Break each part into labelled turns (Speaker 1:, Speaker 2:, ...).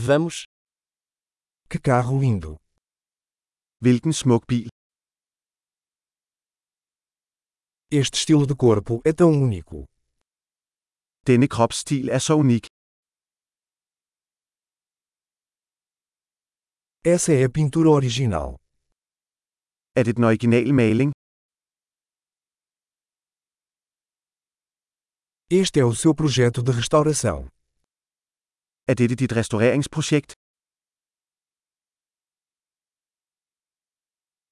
Speaker 1: Vamos.
Speaker 2: Que carro lindo!
Speaker 3: Hvilken smuk bil.
Speaker 2: Este estilo de corpo é tão único.
Speaker 3: Denne kropsstil er så unik.
Speaker 2: Essa é a pintura original.
Speaker 3: Er det den originale maling?
Speaker 2: Este é o seu projeto de restauração.
Speaker 3: Er dette dit restaureringsprojekt?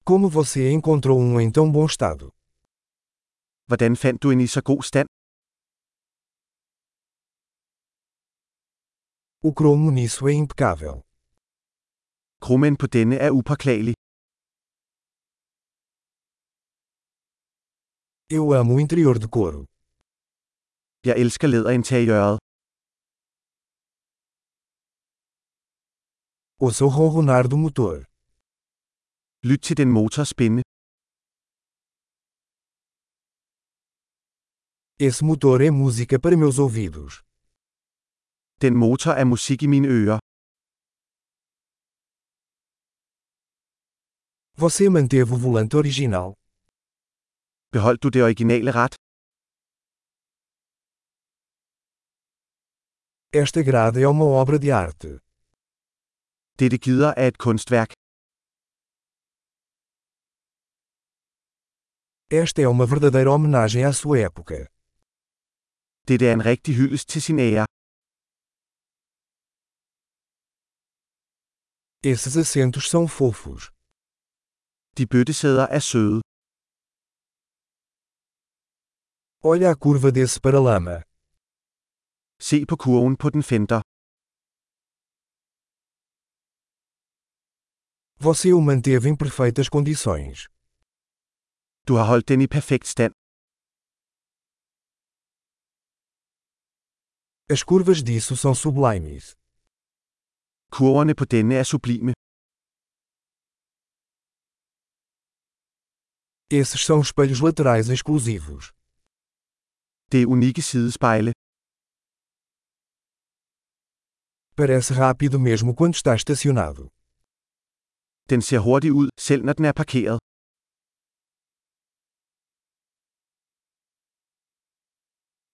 Speaker 2: Como você encontrou um em tão bom estado?
Speaker 3: Hvordan fandt du en i så god stand?
Speaker 2: O cromo nisso é impecável.
Speaker 3: Krummen på denne er upåklagelig.
Speaker 2: Eu amo o interior de couro.
Speaker 3: Jeg elsker læderinteriøret.
Speaker 2: Ouça o ronronar do motor.
Speaker 3: Lyt til den motor spinde.
Speaker 2: Esse motor é música para meus ouvidos.
Speaker 3: Den motor er musik i mine ører.
Speaker 2: Você manteve o volante original.
Speaker 3: Beholdt du det originale ret?
Speaker 2: Esta grade é uma obra de arte.
Speaker 3: Dette gider er et kunstværk.
Speaker 2: Esta é uma verdadeira homenagem à sua época.
Speaker 3: Dette er en rigtig hyldest til sin ære.
Speaker 2: Esses assentos são fofos.
Speaker 3: De bøttesæder er søde.
Speaker 2: Olha a curva desse paralama.
Speaker 3: Se på kurven på den fender.
Speaker 2: Você o manteve em perfeitas condições.
Speaker 3: Du har holdt den i perfekt stand.
Speaker 2: As curvas disso são sublimes.
Speaker 3: Kurverne på denne er sublime.
Speaker 2: Esses são espelhos laterais exclusivos.
Speaker 3: Det er unikke sidespejle.
Speaker 2: Parece rápido mesmo quando está estacionado.
Speaker 3: Den ser hurtig ud, selv når den er parkeret.